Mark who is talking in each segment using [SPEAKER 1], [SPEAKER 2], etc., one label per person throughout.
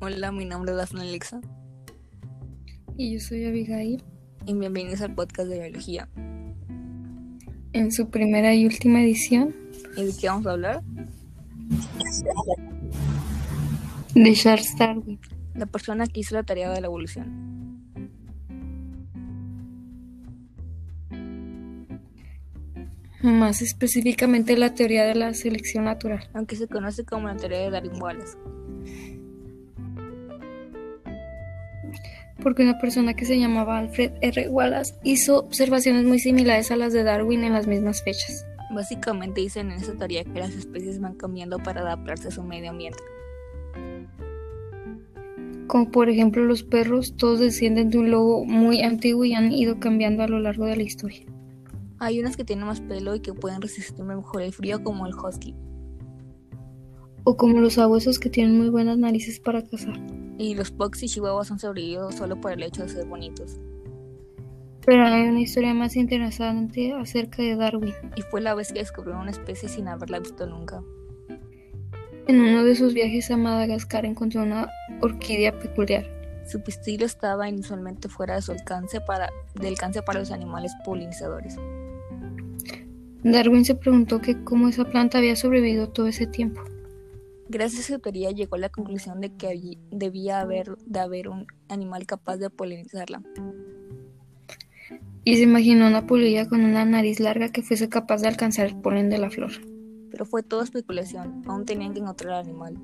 [SPEAKER 1] Hola, mi nombre es Dafne Alexa
[SPEAKER 2] Y yo soy Abigail.
[SPEAKER 1] y bienvenidos al podcast de biología.
[SPEAKER 2] En su primera y última edición
[SPEAKER 1] ¿Y de qué vamos a hablar?
[SPEAKER 2] de Charles Darwin.
[SPEAKER 1] La persona que hizo la tarea de la evolución.
[SPEAKER 2] Más específicamente la teoría de la selección natural.
[SPEAKER 1] aunque se conoce como la teoría de Darwin Wallace.
[SPEAKER 2] Porque una persona que se llamaba Alfred R. Wallace hizo observaciones muy similares a las de Darwin en las mismas fechas.
[SPEAKER 1] Básicamente dicen en esta teoría que las especies van cambiando para adaptarse a su medio ambiente.
[SPEAKER 2] Como por ejemplo los perros, todos descienden de un lobo muy antiguo y han ido cambiando a lo largo de la historia.
[SPEAKER 1] Hay unas que tienen más pelo y que pueden resistir mejor el frío como el husky.
[SPEAKER 2] O como los sabuesos que tienen muy buenas narices para cazar.
[SPEAKER 1] Y los pox y chihuahuas han sobrevivido solo por el hecho de ser bonitos.
[SPEAKER 2] Pero hay una historia más interesante acerca de Darwin.
[SPEAKER 1] Y fue la vez que descubrió una especie sin haberla visto nunca.
[SPEAKER 2] En uno de sus viajes a Madagascar encontró una orquídea peculiar.
[SPEAKER 1] Su pistilo estaba inusualmente fuera de su alcance para, de alcance para los animales polinizadores.
[SPEAKER 2] Darwin se preguntó que cómo esa planta había sobrevivido todo ese tiempo.
[SPEAKER 1] Gracias a su teoría llegó a la conclusión de que allí debía haber de haber un animal capaz de polinizarla.
[SPEAKER 2] Y se imaginó una polilla con una nariz larga que fuese capaz de alcanzar el polen de la flor.
[SPEAKER 1] Pero fue toda especulación, aún tenían que encontrar al animal.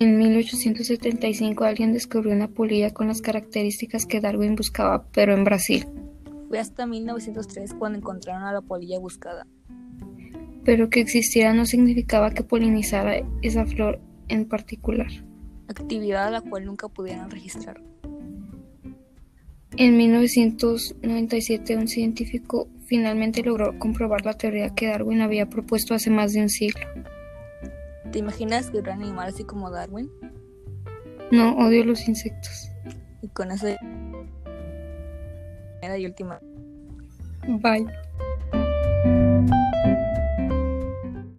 [SPEAKER 2] En 1875 alguien descubrió una polilla con las características que Darwin buscaba, pero en Brasil.
[SPEAKER 1] Fue hasta 1903 cuando encontraron a la polilla buscada.
[SPEAKER 2] Pero que existiera no significaba que polinizara esa flor en particular.
[SPEAKER 1] actividad a la cual nunca pudieron registrar.
[SPEAKER 2] En 1997 un científico finalmente logró comprobar la teoría que Darwin había propuesto hace más de un siglo.
[SPEAKER 1] ¿Te imaginas que hubiera animal así como Darwin?
[SPEAKER 2] No odio los insectos.
[SPEAKER 1] Y con eso... Primera y última.
[SPEAKER 2] Bye.